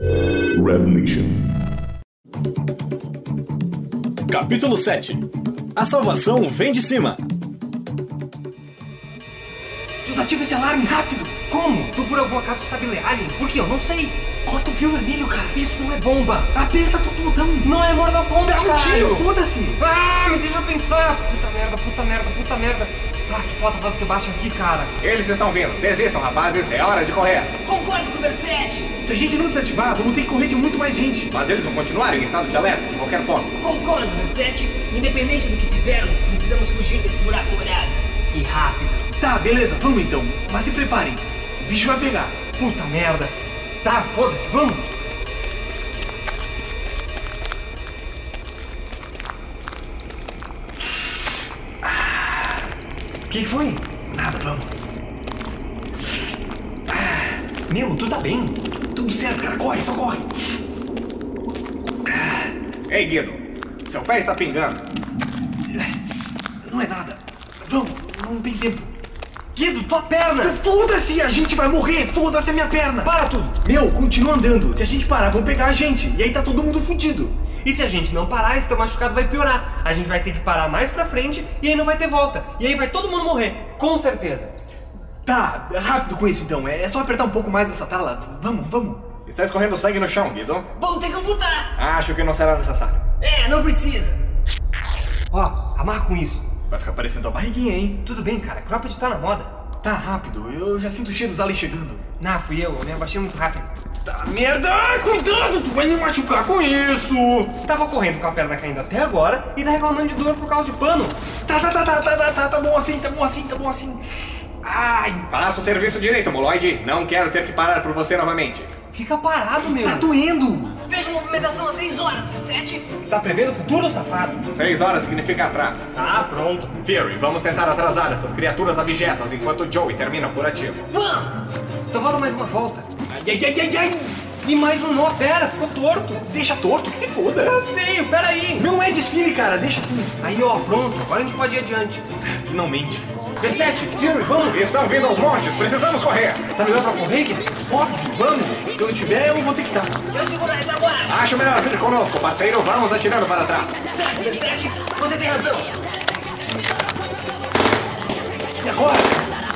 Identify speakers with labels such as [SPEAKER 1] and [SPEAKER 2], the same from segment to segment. [SPEAKER 1] Red Nation.
[SPEAKER 2] Capítulo 7 A salvação vem de cima.
[SPEAKER 3] Desativa esse alarme rápido! Como? Tu por algum acaso sabe ler alien? Porque eu não sei. Corta o fio vermelho, cara. Isso não é bomba. Aperta todo botão. Não é Mortal Kombat,
[SPEAKER 4] Dá um
[SPEAKER 3] cara.
[SPEAKER 4] tiro, foda-se!
[SPEAKER 3] Ah, me deixa pensar. Puta merda, puta merda, puta merda. Ah, que falta faz o Sebastião aqui, cara.
[SPEAKER 5] Eles estão vindo. Desistam, rapazes. É hora de correr.
[SPEAKER 4] Concordo com o Bersetti!
[SPEAKER 6] Se a gente não desativar, vamos ter que correr de muito mais gente.
[SPEAKER 5] Mas eles vão continuar em estado de alerta, de qualquer forma.
[SPEAKER 4] Concordo com o Bersetti! Independente do que fizermos, precisamos fugir desse buraco molhado.
[SPEAKER 3] E rápido.
[SPEAKER 6] Tá, beleza, vamos então. Mas se preparem. O bicho vai pegar.
[SPEAKER 3] Puta merda. Tá, foda-se, vamos.
[SPEAKER 6] Ah,
[SPEAKER 3] O que que foi?
[SPEAKER 6] Nada, vamos. Ah,
[SPEAKER 3] Meu, tu tá bem?
[SPEAKER 6] Tudo certo, cara. Corre, só corre.
[SPEAKER 5] Ei, Guido. Seu pé está pingando.
[SPEAKER 6] Não é nada. Vamos, não tem tempo.
[SPEAKER 3] Guido, tua perna!
[SPEAKER 6] Foda-se, a gente vai morrer. Foda-se a minha perna.
[SPEAKER 3] Para tudo!
[SPEAKER 6] Meu, continua andando. Se a gente parar, vão pegar a gente. E aí tá todo mundo fudido.
[SPEAKER 3] E se a gente não parar, esse teu machucado vai piorar. A gente vai ter que parar mais pra frente e aí não vai ter volta. E aí vai todo mundo morrer, com certeza.
[SPEAKER 6] Tá, rápido com isso então. É é só apertar um pouco mais essa tala. Vamos, vamos.
[SPEAKER 5] Está escorrendo sangue no chão, Guido.
[SPEAKER 4] Vamos ter que amputar!
[SPEAKER 5] Acho que não será necessário.
[SPEAKER 4] É, não precisa!
[SPEAKER 3] Ó, amarra com isso.
[SPEAKER 5] Vai ficar parecendo a barriga.
[SPEAKER 6] Barriguinha, hein?
[SPEAKER 3] Tudo bem, cara, cropped tá na moda.
[SPEAKER 6] Tá rápido. Eu já sinto o cheiro dos aliens chegando.
[SPEAKER 3] Na, fui eu, eu me abaixei muito rápido.
[SPEAKER 6] Tá merda! Cuidado, tu vai me machucar com isso!
[SPEAKER 3] Tava correndo com a perna caindo até agora e tá reclamando de dor por causa de pano.
[SPEAKER 6] Tá, tá, tá, tá, tá, tá, tá, tá bom assim, tá bom assim, tá bom assim. Ai,
[SPEAKER 5] Faça o serviço direito, Moloide. Não quero ter que parar por você novamente.
[SPEAKER 3] Fica parado, meu.
[SPEAKER 6] tá doendo!
[SPEAKER 4] Vejo movimentação às 6 horas, Bersetti!
[SPEAKER 3] Tá prevendo o futuro, safado?
[SPEAKER 5] Seis horas significa atrás.
[SPEAKER 3] Ah, pronto.
[SPEAKER 5] Fury, vamos tentar atrasar essas criaturas abjetas enquanto Joey termina o curativo.
[SPEAKER 4] Vamos!
[SPEAKER 3] Só falta mais uma volta.
[SPEAKER 6] Ai, ai, ai, ai, ai!
[SPEAKER 3] E mais um nó, pera, ficou torto.
[SPEAKER 6] Deixa torto, que se foda!
[SPEAKER 3] Feio, pera aí.
[SPEAKER 6] Não é desfile, cara, deixa assim.
[SPEAKER 3] Aí, ó, pronto, agora a gente pode ir adiante.
[SPEAKER 6] Finalmente.
[SPEAKER 3] Versete, Fury, vamos.
[SPEAKER 5] Estão vindo aos montes, precisamos correr.
[SPEAKER 3] Tá melhor pra correr, Guilherme?
[SPEAKER 6] Óbvio, vamos! Se eu não tiver, eu vou ter que dar.
[SPEAKER 4] Eu seguro a retaguarda!
[SPEAKER 5] Acho melhor vir conosco, parceiro. Vamos atirando para trás.
[SPEAKER 4] Certo, Bersetti! Você tem razão!
[SPEAKER 6] E agora?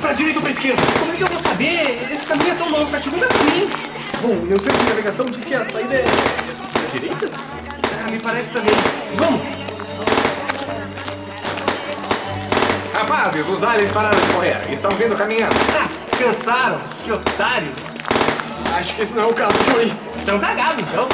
[SPEAKER 6] Pra direita ou pra esquerda?
[SPEAKER 3] Como é que eu vou saber? Esse caminho é tão longo, tá tipo, pra mim.
[SPEAKER 6] Bom, meu centro de navegação diz que a saída é. pra direita?
[SPEAKER 3] Ah, me parece também. Vamos.
[SPEAKER 5] Rapazes, os aliens pararam de correr. Estão vindo caminhando.
[SPEAKER 3] Ah, cansaram, que otário.
[SPEAKER 6] Acho que esse não é o caso, Joey.
[SPEAKER 3] Estão cagados, então.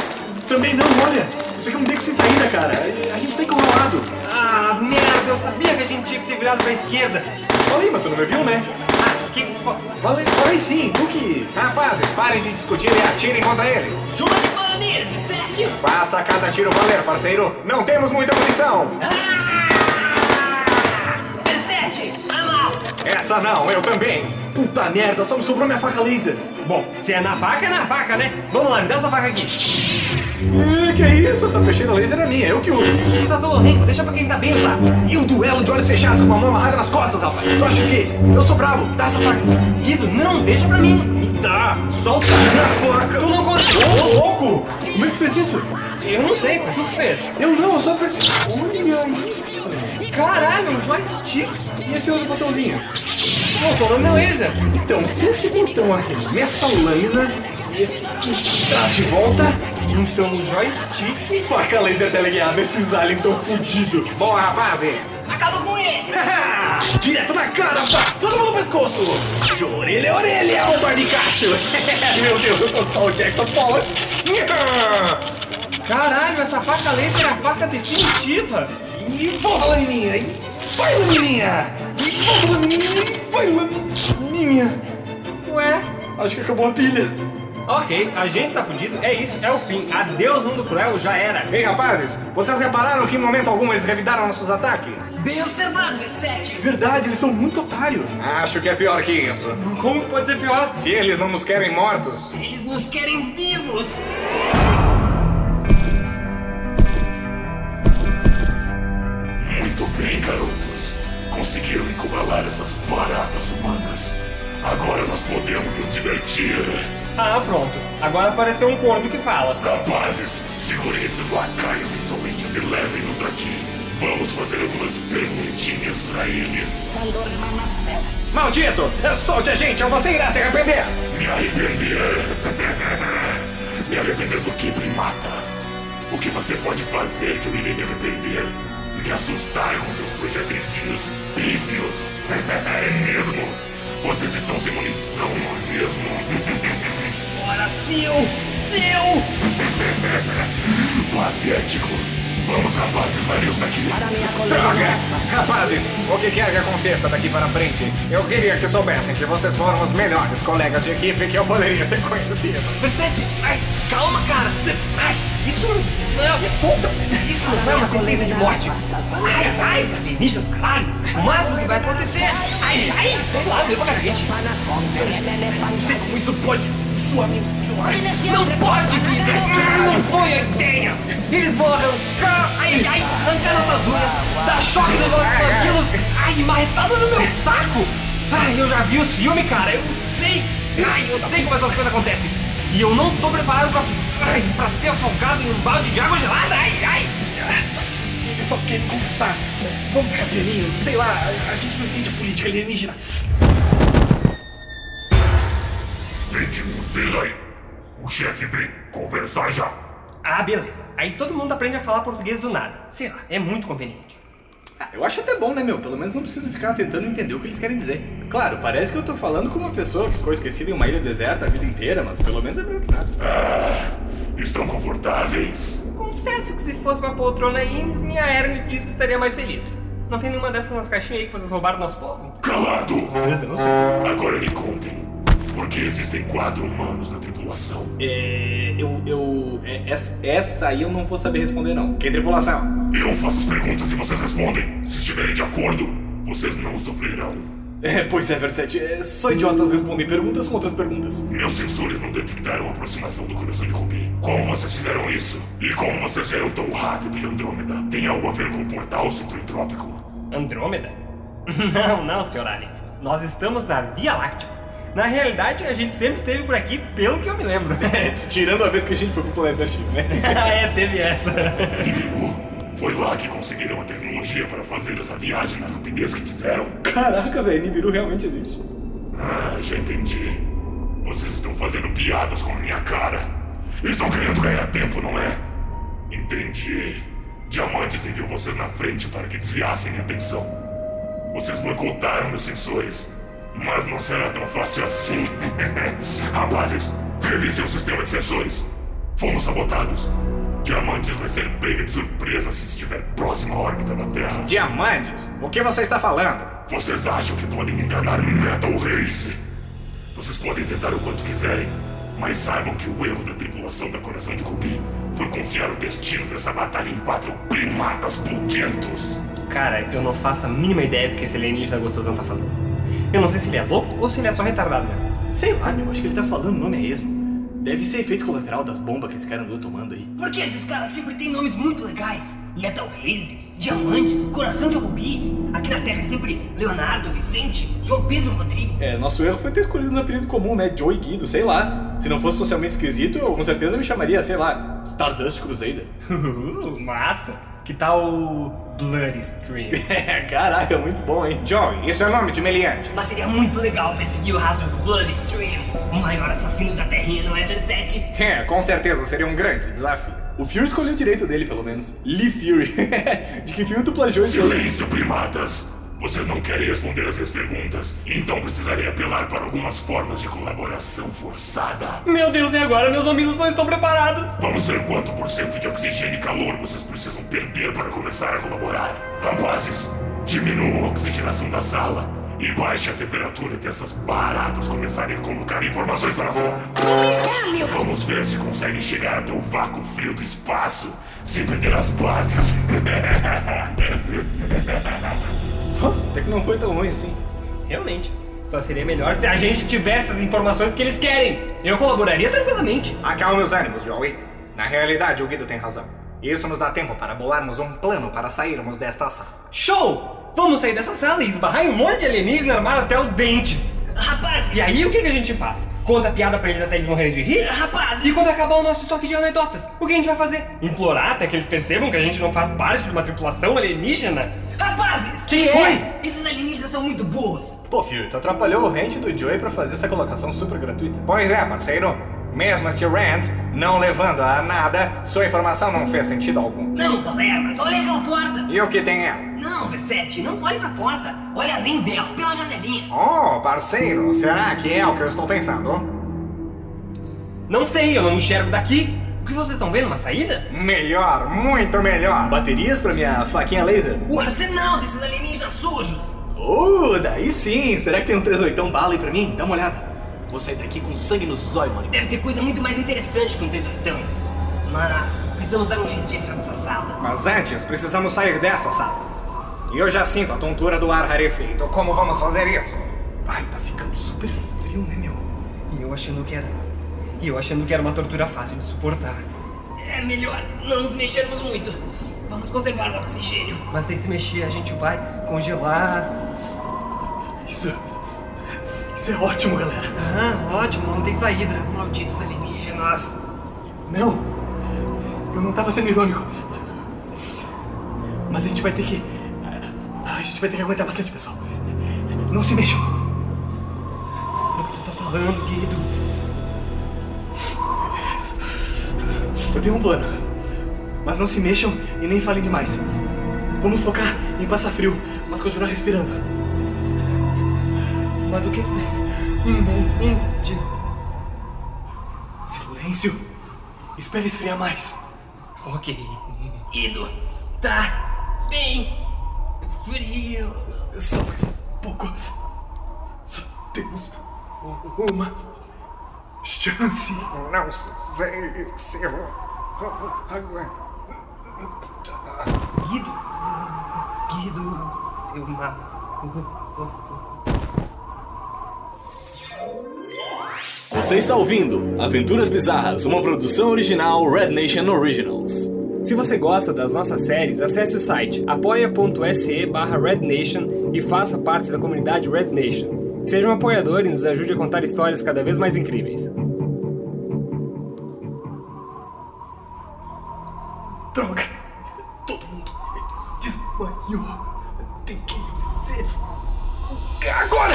[SPEAKER 6] Também não, olha! Isso aqui é um beco sem saída, cara. A gente tá encorralado.
[SPEAKER 3] Ah, merda, eu sabia que a gente tinha que ter virado pra esquerda.
[SPEAKER 5] Falei, mas tu não me viu, né?
[SPEAKER 3] Ah, o que que tu falou?
[SPEAKER 6] Falei, falei sim, tu que.
[SPEAKER 5] Rapazes, parem de discutir e atirem contra eles.
[SPEAKER 4] Chuva de bola neles, Bersetti!
[SPEAKER 5] Faça cada tiro valer, parceiro. Não temos muita munição.
[SPEAKER 4] Bersetti! I'm out!
[SPEAKER 5] Essa não, eu também.
[SPEAKER 6] Puta merda, só me sobrou minha faca laser.
[SPEAKER 3] Bom, se é na vaca, é na vaca, né? Vamos lá, me dá essa vaca aqui.
[SPEAKER 6] É,
[SPEAKER 5] Ih, que isso? Essa peixeira laser é minha, eu que uso.
[SPEAKER 3] Tu tá todo rico, deixa pra quem tá bem usar.
[SPEAKER 6] E um duelo de olhos fechados com a mão amarrada nas costas, rapaz. Tu acha o quê? Eu sou brabo, dá essa faca.
[SPEAKER 3] Guido, não, deixa pra mim.
[SPEAKER 6] Tá.
[SPEAKER 3] Solta a faca. Tu não
[SPEAKER 6] Ô,
[SPEAKER 3] conseguiu.
[SPEAKER 6] louco! Como é que tu fez isso?
[SPEAKER 3] Eu não sei, foi tu que fez.
[SPEAKER 6] Eu não, eu só apertei. Olha isso.
[SPEAKER 3] Caralho, um joystick.
[SPEAKER 6] E esse outro botãozinho?
[SPEAKER 3] Voltou no meu laser.
[SPEAKER 6] Então, se esse botão arremessa a lâmina e esse traz de volta,
[SPEAKER 3] Então o joystick...
[SPEAKER 6] faca laser teleguiada, esses aliens tão fudidos.
[SPEAKER 5] Bom, rapazes.
[SPEAKER 4] Acaba com ele!
[SPEAKER 6] Direto na cara, passando pelo pescoço. De orelha a orelha, o barbicacho. Meu Deus, eu tô só o Jackson Pollock.
[SPEAKER 3] Caralho, essa faca laser é a faca definitiva.
[SPEAKER 6] E volta, lamininha! E vai, lamininha! E volta, lamininha! E vai, lamininha!
[SPEAKER 3] Ué...
[SPEAKER 6] Acho que acabou a pilha.
[SPEAKER 3] Ok, a gente tá fudido, é isso, é o fim. Adeus, mundo cruel, já era.
[SPEAKER 5] Ei, rapazes, vocês repararam que em momento algum eles revidaram nossos ataques?
[SPEAKER 4] Bem observado, Bersetti!
[SPEAKER 6] Verdade, eles são muito otários.
[SPEAKER 5] Acho que é pior que isso.
[SPEAKER 3] Como pode ser pior?
[SPEAKER 5] Se eles não nos querem mortos,
[SPEAKER 4] Eles nos querem vivos!
[SPEAKER 1] Muito bem, garotos. Conseguiram encurralar essas baratas humanas. Agora nós podemos nos divertir.
[SPEAKER 3] Ah, pronto.
[SPEAKER 5] Agora apareceu um corno que fala.
[SPEAKER 1] Rapazes, segurem esses lacaios insolentes e levem-nos daqui. Vamos fazer algumas perguntinhas pra eles.
[SPEAKER 5] Maldito! Solte a gente ou você irá se arrepender!
[SPEAKER 1] Me arrepender. me arrepender do que, primata? O que você pode fazer que eu irei me arrepender? Me assustar com seus projeticinhos pífios? é mesmo? Vocês estão sem munição, não é mesmo?
[SPEAKER 4] Bora, Sil! Sil!
[SPEAKER 1] Patético. Vamos, rapazes, valios daqui.
[SPEAKER 5] Droga! Rapazes, o que quer que aconteça daqui para frente, eu queria que soubessem que vocês foram os melhores colegas de equipe que eu poderia ter conhecido.
[SPEAKER 4] Percete! Ai, calma, cara! Ai, isso não- não é. Me solta!
[SPEAKER 3] Isso não é uma sentença de morte.
[SPEAKER 4] Ai, ai, alienígena do caralho! O máximo que vai acontecer! Ai, ai, sei lá, deu pra cacete!
[SPEAKER 3] Como isso pode? Sua menos pior.
[SPEAKER 4] Não pode, Peter! Não foi a ideia! Eles vão arrancar, ai, ai, arrancar nossas unhas, dar choque nos nossos mamilos, ai, marretada no meu saco! Ai, eu já vi os filmes, cara, eu sei! Ai, eu sei como essas coisas acontecem! E eu não tô preparado pra, ai, pra ser afogado em um balde de água gelada, ai, ai!
[SPEAKER 6] Eu só quero conversar. Vamos ficar pianinho. Sei lá, a- a gente não entende a política alienígena.
[SPEAKER 1] Sente vocês aí. O chefe vem conversar já.
[SPEAKER 3] Ah, beleza. Aí todo mundo aprende a falar português do nada. Sei lá, é muito conveniente.
[SPEAKER 7] Ah, eu acho até bom, né, meu? Pelo menos não preciso ficar tentando entender o que eles querem dizer. Claro, parece que eu tô falando com uma pessoa que ficou esquecida em uma ilha deserta a vida inteira, mas pelo menos é melhor que nada.
[SPEAKER 1] Estão confortáveis?
[SPEAKER 3] Confesso que se fosse uma poltrona IMS, minha hernia de disco estaria mais feliz. Não tem nenhuma dessas nas caixinhas aí que vocês roubaram do nosso povo?
[SPEAKER 1] Calado! Agora me contem. Por que existem quatro humanos na tripulação?
[SPEAKER 7] É, eu, eu, é, essa, essa aí eu não vou saber responder, não. Que tripulação?
[SPEAKER 1] Eu faço as perguntas e vocês respondem. Se estiverem de acordo, vocês não sofrerão.
[SPEAKER 7] É, pois é, Verset, é, só idiotas respondem perguntas com outras perguntas.
[SPEAKER 1] Meus sensores não detectaram a aproximação do coração de Rubi. Como vocês fizeram isso? E como vocês vieram tão rápido de Andrômeda? Tem algo a ver com o portal sincroentrópico?
[SPEAKER 3] Andrômeda? Não, não, senhor Ali. Nós estamos na Via Láctea. Na realidade, a gente sempre esteve por aqui, pelo que eu me lembro.
[SPEAKER 7] É, Tirando a vez que a gente foi pro planeta X, né?
[SPEAKER 3] é, teve essa.
[SPEAKER 1] Nibiru, foi lá que conseguiram a tecnologia para fazer essa viagem na rapidez que fizeram?
[SPEAKER 7] Caraca, velho, Nibiru realmente existe.
[SPEAKER 1] Ah, já entendi. Vocês estão fazendo piadas com a minha cara. Estão querendo ganhar tempo, não é? Entendi. Diamantes enviou vocês na frente para que desviassem minha atenção. Vocês boicotaram meus sensores. Mas não será tão fácil assim. Rapazes, revisem o sistema de sensores. Fomos sabotados. Diamantes vai ser pega de surpresa se estiver próximo à órbita da Terra.
[SPEAKER 5] Diamantes, o que você está falando?
[SPEAKER 1] Vocês acham que podem enganar um Metal Race? Vocês podem tentar o quanto quiserem, mas saibam que o erro da tripulação da Coração de Rubi foi confiar o destino dessa batalha em quatro primatas bulguentos.
[SPEAKER 3] Cara, eu não faço a mínima ideia do que esse alienígena gostosão tá falando. Eu não sei se ele é louco ou se ele é só retardado mesmo.
[SPEAKER 7] Sei lá, meu, acho que ele tá falando o nome é esmo. Deve ser efeito colateral das bombas que esse cara andou tomando aí.
[SPEAKER 4] Por que esses caras sempre têm nomes muito legais? Metal Race, Diamantes, Coração de Rubi. Aqui na Terra é sempre Leonardo, Vicente, João Pedro Rodrigo.
[SPEAKER 7] É, nosso erro foi ter escolhido um apelido comum, né? Joey Guido, sei lá. Se não fosse socialmente esquisito, eu com certeza me chamaria, sei lá, Stardust Crusader.
[SPEAKER 3] Uh, massa. Que tal o Bloodstream?
[SPEAKER 7] É, caraca, muito bom, hein?
[SPEAKER 5] Joey, isso é nome de meliante.
[SPEAKER 4] Mas seria muito legal perseguir o rastro do Bloodstream, o maior assassino da Terrinha, não é, Bezete?
[SPEAKER 5] É, com certeza seria um grande desafio.
[SPEAKER 7] O Fury escolheu o direito dele, pelo menos. Lee Fury. de que filme tu plagiou esse nome?
[SPEAKER 1] Silêncio, primatas! Vocês não querem responder as minhas perguntas, então precisarei apelar para algumas formas de colaboração forçada.
[SPEAKER 3] Meu Deus, e agora meus amigos não estão preparados?
[SPEAKER 1] Vamos ver quanto por cento de oxigênio e calor vocês precisam perder para começar a colaborar. Rapazes, diminuam a oxigenação da sala e baixem a temperatura até essas baratas começarem a colocar informações para fora. Vamos ver se conseguem chegar até o vácuo frio do espaço sem perder as bases.
[SPEAKER 7] Hã? Até que não foi tão ruim assim.
[SPEAKER 3] Realmente. Só seria melhor se a gente tivesse as informações que eles querem. Eu colaboraria tranquilamente.
[SPEAKER 5] Acalme os ânimos, Joey. Na realidade, o Guido tem razão. Isso nos dá tempo para bolarmos um plano para sairmos desta sala.
[SPEAKER 3] Show! Vamos sair dessa sala e esbarrar em um monte de alienígena armado até os dentes.
[SPEAKER 4] Rapazes!
[SPEAKER 3] E aí o que, que a gente faz? Conta piada pra eles até eles morrerem de rir?
[SPEAKER 4] Rapazes!
[SPEAKER 3] E quando acabar o nosso estoque de anedotas, o que a gente vai fazer? Implorar até que eles percebam que a gente não faz parte de uma tripulação alienígena?
[SPEAKER 4] Rapazes!
[SPEAKER 3] Quem foi?
[SPEAKER 4] Esses alienígenas são muito burros.
[SPEAKER 7] Pô, Fury, tu atrapalhou o rant do Joey pra fazer essa colocação super gratuita.
[SPEAKER 5] Pois é, parceiro. Mesmo este rant não levando a nada, sua informação não fez sentido algum.
[SPEAKER 4] Não, Palermas, olha aquela porta.
[SPEAKER 5] E o que tem ela?
[SPEAKER 4] Não, Versetti, não olhe pra porta. Olha além dela, pela janelinha.
[SPEAKER 5] Oh, parceiro, será que é o que eu estou pensando?
[SPEAKER 3] Não sei, eu não enxergo daqui. O que vocês estão vendo? Uma saída?
[SPEAKER 5] Melhor, muito melhor.
[SPEAKER 7] Baterias pra minha faquinha laser?
[SPEAKER 4] O arsenal desses alienígenas sujos.
[SPEAKER 7] Uh, daí sim! Será que tem um 38 bala aí pra mim? Dá uma olhada. Vou sair daqui com sangue no zóio, mano.
[SPEAKER 4] Deve ter coisa muito mais interessante que um tesoitão. Mas precisamos dar um jeito de entrar nessa sala.
[SPEAKER 5] Mas antes, precisamos sair dessa sala. E eu já sinto a tontura do ar rarefeito. Como vamos fazer isso?
[SPEAKER 7] Ai, tá ficando super frio, né, meu?
[SPEAKER 3] E eu achando que era. E eu achando que era uma tortura fácil de suportar.
[SPEAKER 4] É melhor não nos mexermos muito. Vamos conservar o oxigênio.
[SPEAKER 3] Mas sem se mexer, a gente vai congelar.
[SPEAKER 7] Isso. Isso é ótimo, galera.
[SPEAKER 3] Ah, ótimo, não tem saída.
[SPEAKER 4] Malditos alienígenas.
[SPEAKER 7] Não! Eu não tava sendo irônico. Mas a gente vai ter que. A gente vai ter que aguentar bastante, pessoal. Não se mexam!
[SPEAKER 3] O que tu tá falando, querido?
[SPEAKER 7] Eu tenho um plano. Mas não se mexam e nem falem demais. Vamos focar em passar frio, mas continuar respirando.
[SPEAKER 3] Mas o que tu. Hum, hum, de-
[SPEAKER 7] Silêncio! Espera esfriar mais.
[SPEAKER 3] Ok.
[SPEAKER 4] Ido, tá bem frio.
[SPEAKER 7] Só mais um pouco. Só temos uma chance.
[SPEAKER 5] Não sei se eu vou aguentar.
[SPEAKER 3] Guido? Guido, seu mal.
[SPEAKER 2] Você está ouvindo Aventuras Bizarras, uma produção original Red Nation Originals.
[SPEAKER 8] Se você gosta das nossas séries, acesse o site apoia.se barra Red Nation e faça parte da comunidade Red Nation. Seja um apoiador e nos ajude a contar histórias cada vez mais incríveis.
[SPEAKER 7] Droga! Todo mundo desmaiou. Tem que ser. Agora!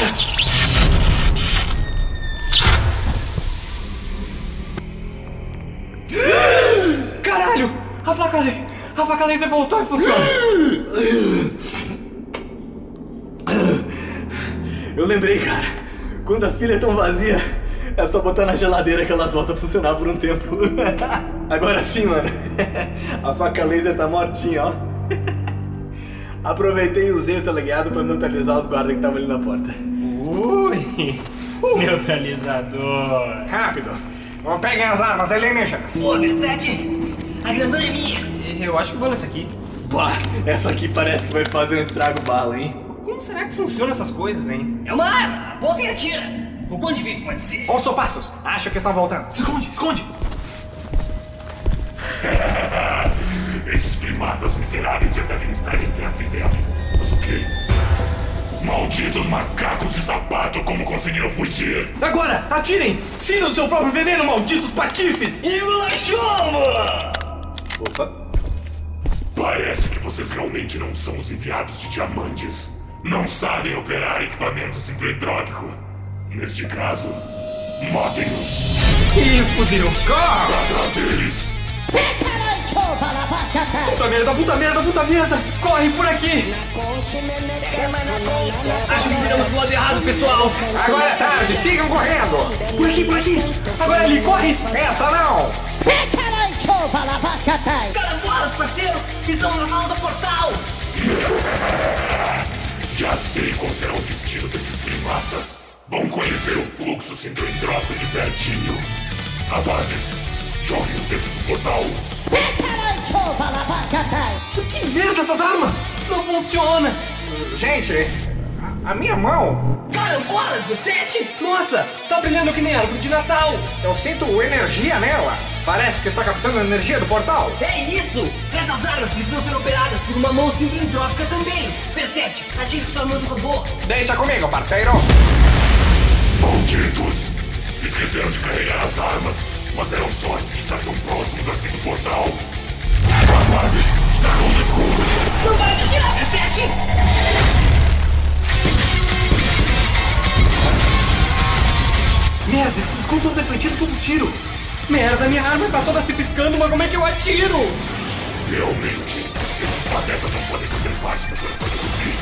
[SPEAKER 3] Caralho! A faca, la- a faca laser voltou e funciona!
[SPEAKER 7] Eu lembrei, cara. Quando as pilhas estão vazias, é só botar na geladeira que elas voltam a funcionar por um tempo. Agora sim, mano. A faca laser tá mortinha, ó. Aproveitei e usei o teleguiado pra neutralizar os guardas que estavam ali na porta.
[SPEAKER 8] Ui!
[SPEAKER 3] Uh!
[SPEAKER 8] Neutralizador!
[SPEAKER 5] Rápido. Vou pegar as armas alienígenas.
[SPEAKER 4] Pô, Versetti, a grandona é minha.
[SPEAKER 3] Eu acho que vou nessa aqui.
[SPEAKER 7] Bah, essa aqui parece que vai fazer um estrago bala, hein?
[SPEAKER 3] Como será que funcionam essas coisas, hein?
[SPEAKER 4] É uma arma, aponta e atira. O quão difícil pode ser?
[SPEAKER 5] Ouço passos. Acho que estão voltando.
[SPEAKER 7] Se esconde, esconde!
[SPEAKER 1] Esses primatas miseráveis já devem estar entre a vida e a morte. Mas o quê? Malditos macacos de sapato, como conseguiram fugir?
[SPEAKER 7] Agora, atirem! Sinam do seu próprio veneno, malditos patifes!
[SPEAKER 4] E o chumbo!
[SPEAKER 7] Opa,
[SPEAKER 1] Parece que vocês realmente não são os enviados de diamantes. Não sabem operar equipamentos introdrópico. Neste caso, matem-nos.
[SPEAKER 3] Ih, fodeu!
[SPEAKER 1] Vá Atrás deles.
[SPEAKER 9] Caranchova la patata
[SPEAKER 7] puta merda, puta merda, puta merda!
[SPEAKER 3] Corre por aqui!
[SPEAKER 4] Acho que
[SPEAKER 3] um
[SPEAKER 4] viramos do lado errado, pessoal.
[SPEAKER 5] Agora é tarde. Sigam correndo.
[SPEAKER 7] Por aqui, por aqui!
[SPEAKER 3] Agora ali, corre! É,
[SPEAKER 5] Essa não.
[SPEAKER 9] Caranchova la patata
[SPEAKER 4] Carambolas, parceiro! Estamos na sala do portal!
[SPEAKER 1] Já sei qual será o destino desses primatas. Vão conhecer o fluxo sindroidrópico de pertinho. Rapazes, joguem-os dentro do portal.
[SPEAKER 9] Caranchova la patata
[SPEAKER 7] Que merda essas armas!
[SPEAKER 3] Não funciona!
[SPEAKER 5] Gente, a a minha mão.
[SPEAKER 4] Carambolas, Versetti!
[SPEAKER 3] Nossa, tá brilhando que nem árvore de Natal!
[SPEAKER 5] Eu sinto energia nela. Parece que está captando energia do portal.
[SPEAKER 4] É isso! Essas armas precisam ser operadas por uma mão sincronidrópica também! Versetti, atire sua mão de robô!
[SPEAKER 5] Deixa comigo, parceiro.
[SPEAKER 1] Malditos! Esqueceram de carregar as armas, mas deram sorte de estar tão próximos assim do portal. Rapazes, tragam os escudos!
[SPEAKER 3] Não para de tirar, cacete!
[SPEAKER 4] Merda, esses escudos estão defletindo todos os tiros.
[SPEAKER 3] Merda, minha arma tá toda se piscando, mas como é que eu atiro?
[SPEAKER 1] Realmente, esses patetas não podem fazer parte da coleção do Tupi.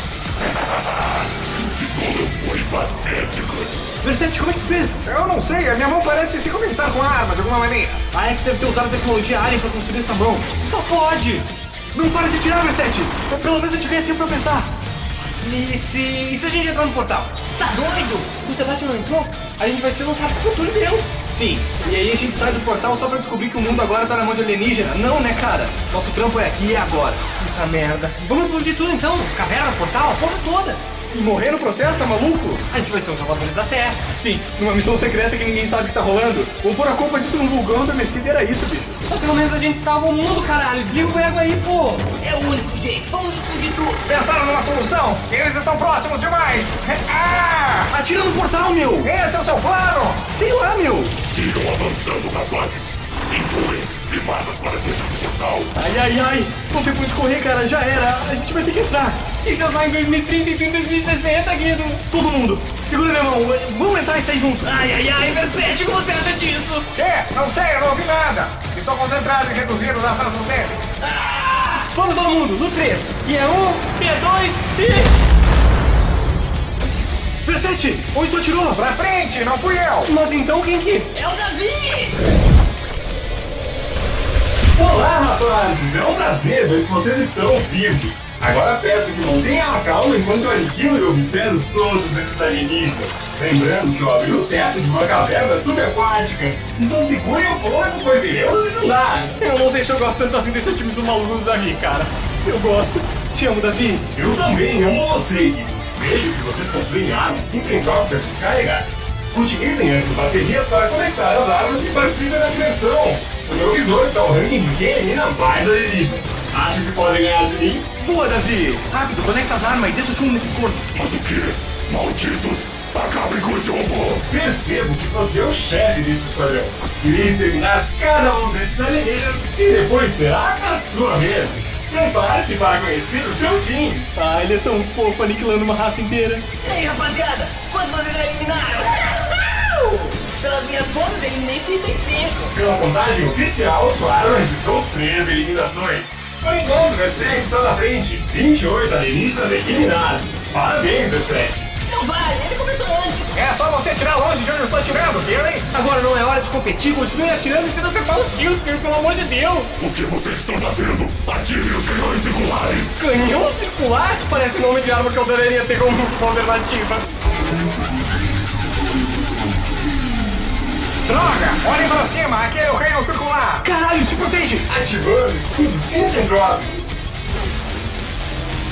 [SPEAKER 1] E foi patéticos!
[SPEAKER 4] Versace, como é que tu fez?
[SPEAKER 5] Eu não sei, a minha mão parece se conectar com a arma de alguma maneira.
[SPEAKER 4] A X deve ter usado a tecnologia Alien pra construir essa mão.
[SPEAKER 3] Só pode!
[SPEAKER 4] Não para de tirar, Versace! Eu- Pelo menos eu te ganhei tempo pra pensar.
[SPEAKER 3] E se, e se a gente entrar no portal? Tá doido? O Sebastian não entrou? A gente vai ser lançado pro futuro e deu.
[SPEAKER 7] Sim, e aí a gente sai do portal só pra descobrir que o mundo agora tá na mão de alienígena. Não, né, cara? Nosso trampo é aqui e é agora.
[SPEAKER 3] Puta merda. Vamos explodir tudo então. Caverna, portal, a porra toda.
[SPEAKER 7] E morrer no processo, tá maluco?
[SPEAKER 3] A gente vai ser os salvadores da Terra.
[SPEAKER 7] Sim, numa missão secreta que ninguém sabe o que tá rolando. Vou pôr a culpa disso no vulcão da Mercedes era isso, bicho.
[SPEAKER 3] Mas pelo menos a gente salva o mundo, caralho. Viu o ego aí, pô. É o único jeito. Vamos explodir tudo.
[SPEAKER 5] Pensaram numa solução? Eles estão próximos demais! Ah!
[SPEAKER 7] Atira no portal, meu!
[SPEAKER 5] Esse é o seu plano!
[SPEAKER 7] Sei lá, meu!
[SPEAKER 1] Sigam avançando, rapazes! Empurrem esses primatas para dentro do portal!
[SPEAKER 7] Ai, ai, ai! Não tem como correr, cara, já era. A gente vai ter que entrar.
[SPEAKER 3] Isso é lá em 2030 e 2060, Guido.
[SPEAKER 7] Todo mundo, segura minha mão. Vamos entrar e sair juntos.
[SPEAKER 3] Ai, ai, ai, Versace, o que você acha disso?
[SPEAKER 5] Que? É, Não sei, eu não ouvi nada! Estou concentrado em reduzir os avanços dele!
[SPEAKER 3] Vamos todo mundo, no 3. E é um, e é dois, e...
[SPEAKER 7] Versace, onde tu atirou?
[SPEAKER 5] Pra frente, não fui eu!
[SPEAKER 3] Mas então quem que... É o Davi!
[SPEAKER 10] Olá, rapazes! É um prazer ver que vocês estão vivos. Agora peço que mantenham a calma enquanto eu aniquilo e obtendo todos esses alienígenas. Lembrando que eu abri o teto de uma caverna subaquática. Então segurem o fogo, pois iremos inundar.
[SPEAKER 3] Eu não sei se eu gosto tanto assim desse time do maluco do Davi, cara.
[SPEAKER 7] Eu gosto. Te amo, Davi.
[SPEAKER 10] Eu também amo você. Vejo que vocês possuem armas sincroncópicas descarregadas. Utilizem as baterias para conectar as armas e participem da diversão. O meu visor está o ranking de quem elimina mais alienígenas. Acho que podem ganhar de mim?
[SPEAKER 7] Boa, Davi. Rápido, conecta as armas e deixa o tchum nesses corpos.
[SPEAKER 1] Mas o quê? Malditos! Acabem com esse robô!
[SPEAKER 10] Percebo que você é o chefe desse esquadrão. Irei exterminar cada um desses alienígenas e depois será a sua vez. Prepare-se para conhecer o seu fim.
[SPEAKER 7] Ah, ele é tão fofo, aniquilando uma raça inteira.
[SPEAKER 3] Ei, rapaziada, quantos vocês já eliminaram? Pelas minhas contas, eliminei 35.
[SPEAKER 10] Pela contagem oficial, sua arma registrou 13 eliminações. Por enquanto, Versace está na frente. 28 alienígenas eliminados. Parabéns, Versace.
[SPEAKER 3] Não vale, ele começou antes.
[SPEAKER 5] É só você tirar longe de onde eu estou tirando, viu, hein?
[SPEAKER 3] Agora não é hora de competir, continue atirando e tenta acertar os tiros, Pedro, pelo amor de Deus.
[SPEAKER 1] O que vocês estão fazendo? Atirem os canhões circulares!
[SPEAKER 3] Canhão circular parece nome de arma que eu deveria ter como alternativa.
[SPEAKER 5] Droga! Olhem pra cima, aqui é o canhão circular!
[SPEAKER 7] Caralho, se protege.
[SPEAKER 10] Ativando escudo Syntendrop.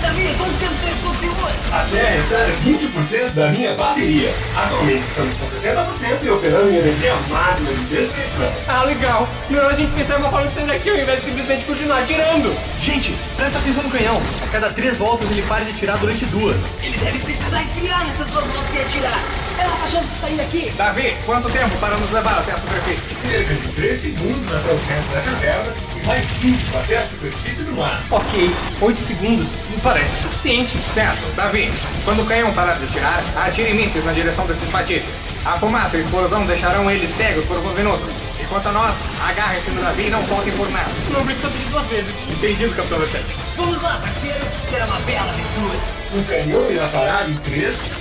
[SPEAKER 3] Davi, quanto tempo você ficou seguro?
[SPEAKER 10] Até restar 20% da minha bateria. Atualmente estamos com 60% e operando em energia máxima de destruição.
[SPEAKER 3] Ah, legal. Melhor a gente pensar em uma forma de sair daqui ao invés de simplesmente continuar atirando.
[SPEAKER 7] Gente, presta atenção no canhão. A cada três voltas ele para de atirar durante duas.
[SPEAKER 3] Ele deve precisar espiar nessas duas voltas e atirar. É nossa chance de sair daqui.
[SPEAKER 5] Davi, quanto tempo para nos levar até a superfície?
[SPEAKER 10] Cerca de 3 segundos até o centro da caverna e mais 5 até a superfície do mar.
[SPEAKER 3] Ok, 8 segundos me parece suficiente.
[SPEAKER 5] Certo, Davi, quando o canhão parar de atirar, atire mísseis na direção desses fatídicos. A fumaça e a explosão deixarão eles cegos por alguns minutos. E quanto a nós, agarrem-se no Davi e não soltem por nada.
[SPEAKER 3] Não precisa pedir duas vezes.
[SPEAKER 5] Entendido, Capitão Versace.
[SPEAKER 3] Vamos lá, parceiro. Será uma bela aventura.
[SPEAKER 10] O canhão irá parar em 3,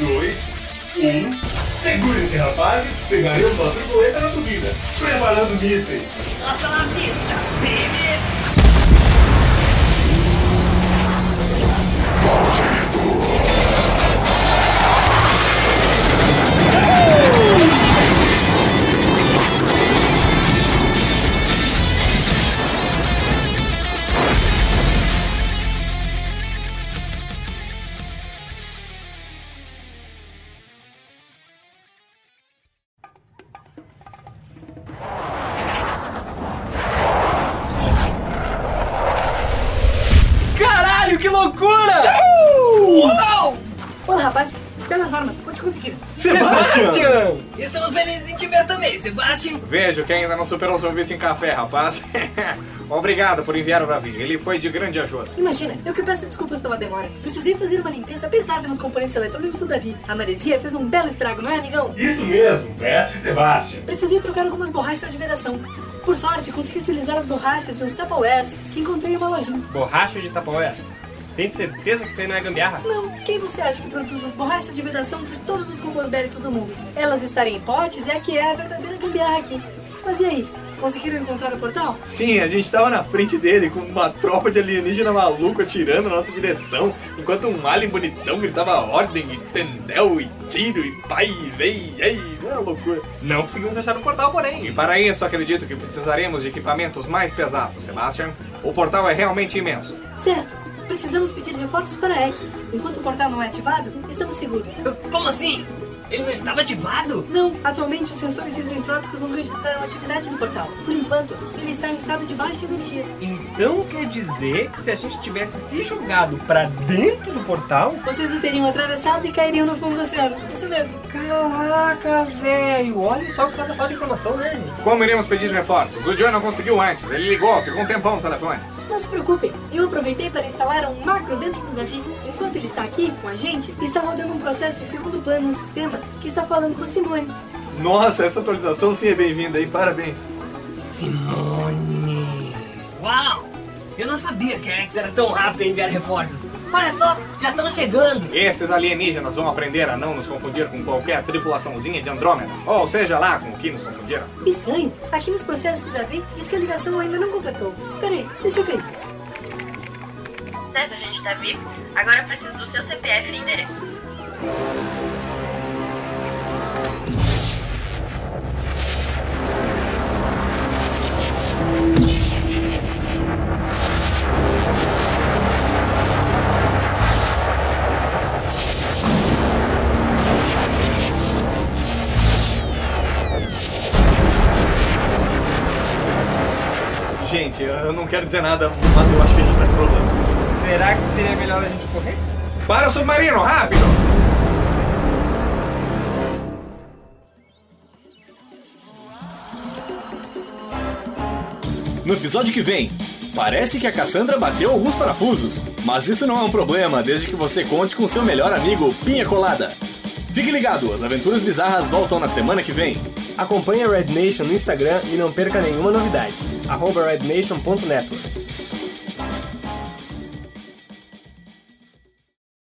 [SPEAKER 10] 2, 1. Segurem-se, rapazes. um Pegaremos a turbulência na subida. Preparando mísseis.
[SPEAKER 3] Hasta la vista, tá baby. Caralho, que loucura!
[SPEAKER 4] que conseguimos.
[SPEAKER 7] Sebastian!
[SPEAKER 4] Estamos felizes em te ver também, Sebastian.
[SPEAKER 5] Vejo que ainda não superou seu vício em café, rapaz. Obrigado por enviar o navio, ele foi de grande ajuda.
[SPEAKER 11] Imagina, eu que peço desculpas pela demora. Precisei fazer uma limpeza pesada nos componentes eletrônicos do Davi. A maresia fez um belo estrago, não é, amigão?
[SPEAKER 12] Isso mesmo, mestre Sebastian.
[SPEAKER 11] Precisei trocar algumas borrachas de vedação. Por sorte, consegui utilizar as borrachas de uns Tupperwares que encontrei em uma lojinha.
[SPEAKER 3] Borracha de tapoé. Tem certeza que isso aí não é gambiarra?
[SPEAKER 11] Não, quem você acha que produz as borrachas de vedação de todos os robôs bélicos do mundo? Elas estarem em potes é que é a verdadeira gambiarra aqui. Mas e aí? Conseguiram encontrar o portal?
[SPEAKER 7] Sim, a gente tava na frente dele com uma tropa de alienígena maluco atirando na nossa direção, enquanto um alien bonitão gritava ordem, e tendel, e tiro, e pai, e vei, e ei, era uma loucura.
[SPEAKER 3] Não conseguimos fechar o portal, porém.
[SPEAKER 5] E para isso, acredito que precisaremos de equipamentos mais pesados, Sebastian. O portal é realmente imenso.
[SPEAKER 11] Certo, precisamos pedir reforços para a X. Enquanto o portal não é ativado, estamos seguros.
[SPEAKER 4] Como assim? Ele não estava ativado?
[SPEAKER 11] Não, atualmente os sensores hidroentrópicos não registraram a atividade do portal. Por enquanto, ele está em estado de baixa energia.
[SPEAKER 3] Então quer dizer que se a gente tivesse se jogado pra dentro do portal.
[SPEAKER 11] Vocês o teriam atravessado e cairiam no fundo do oceano. Isso mesmo.
[SPEAKER 3] Caraca, velho! Olha só o que essa falta de informação, né, gente?
[SPEAKER 5] Como iremos pedir reforços? O John não conseguiu antes, ele ligou, ficou um tempão no telefone.
[SPEAKER 11] Não se preocupem, eu aproveitei para instalar um macro dentro do Davi. Enquanto ele está aqui com a gente, está rodando um processo em segundo plano no sistema que está falando com a Simone.
[SPEAKER 7] Nossa, essa atualização sim é bem-vinda, e parabéns.
[SPEAKER 4] Simone. Uau! Eu não sabia que a X era tão rápida em enviar reforços. Olha só, já estão chegando.
[SPEAKER 5] Esses alienígenas vão aprender a não nos confundir com qualquer tripulaçãozinha de Andrômeda, ou seja lá com o que nos confundiram.
[SPEAKER 11] Estranho, aqui nos processos do Davi diz que a ligação ainda não completou. Espera aí, deixa eu ver isso.
[SPEAKER 13] Certo, a gente tá vivo? Agora eu preciso do seu CPF e endereço.
[SPEAKER 7] Gente, eu não quero dizer nada, mas eu acho que a gente tá com problema.
[SPEAKER 3] Será que seria melhor a gente correr?
[SPEAKER 5] Para o submarino, rápido!
[SPEAKER 14] No episódio que vem, parece que a Cassandra bateu alguns parafusos, mas isso não é um problema desde que você conte com seu melhor amigo Pinha Colada. Fique ligado, as aventuras bizarras voltam na semana que vem.
[SPEAKER 3] Acompanhe a Red Nation no Instagram e não perca nenhuma novidade. Arroba rednation.network.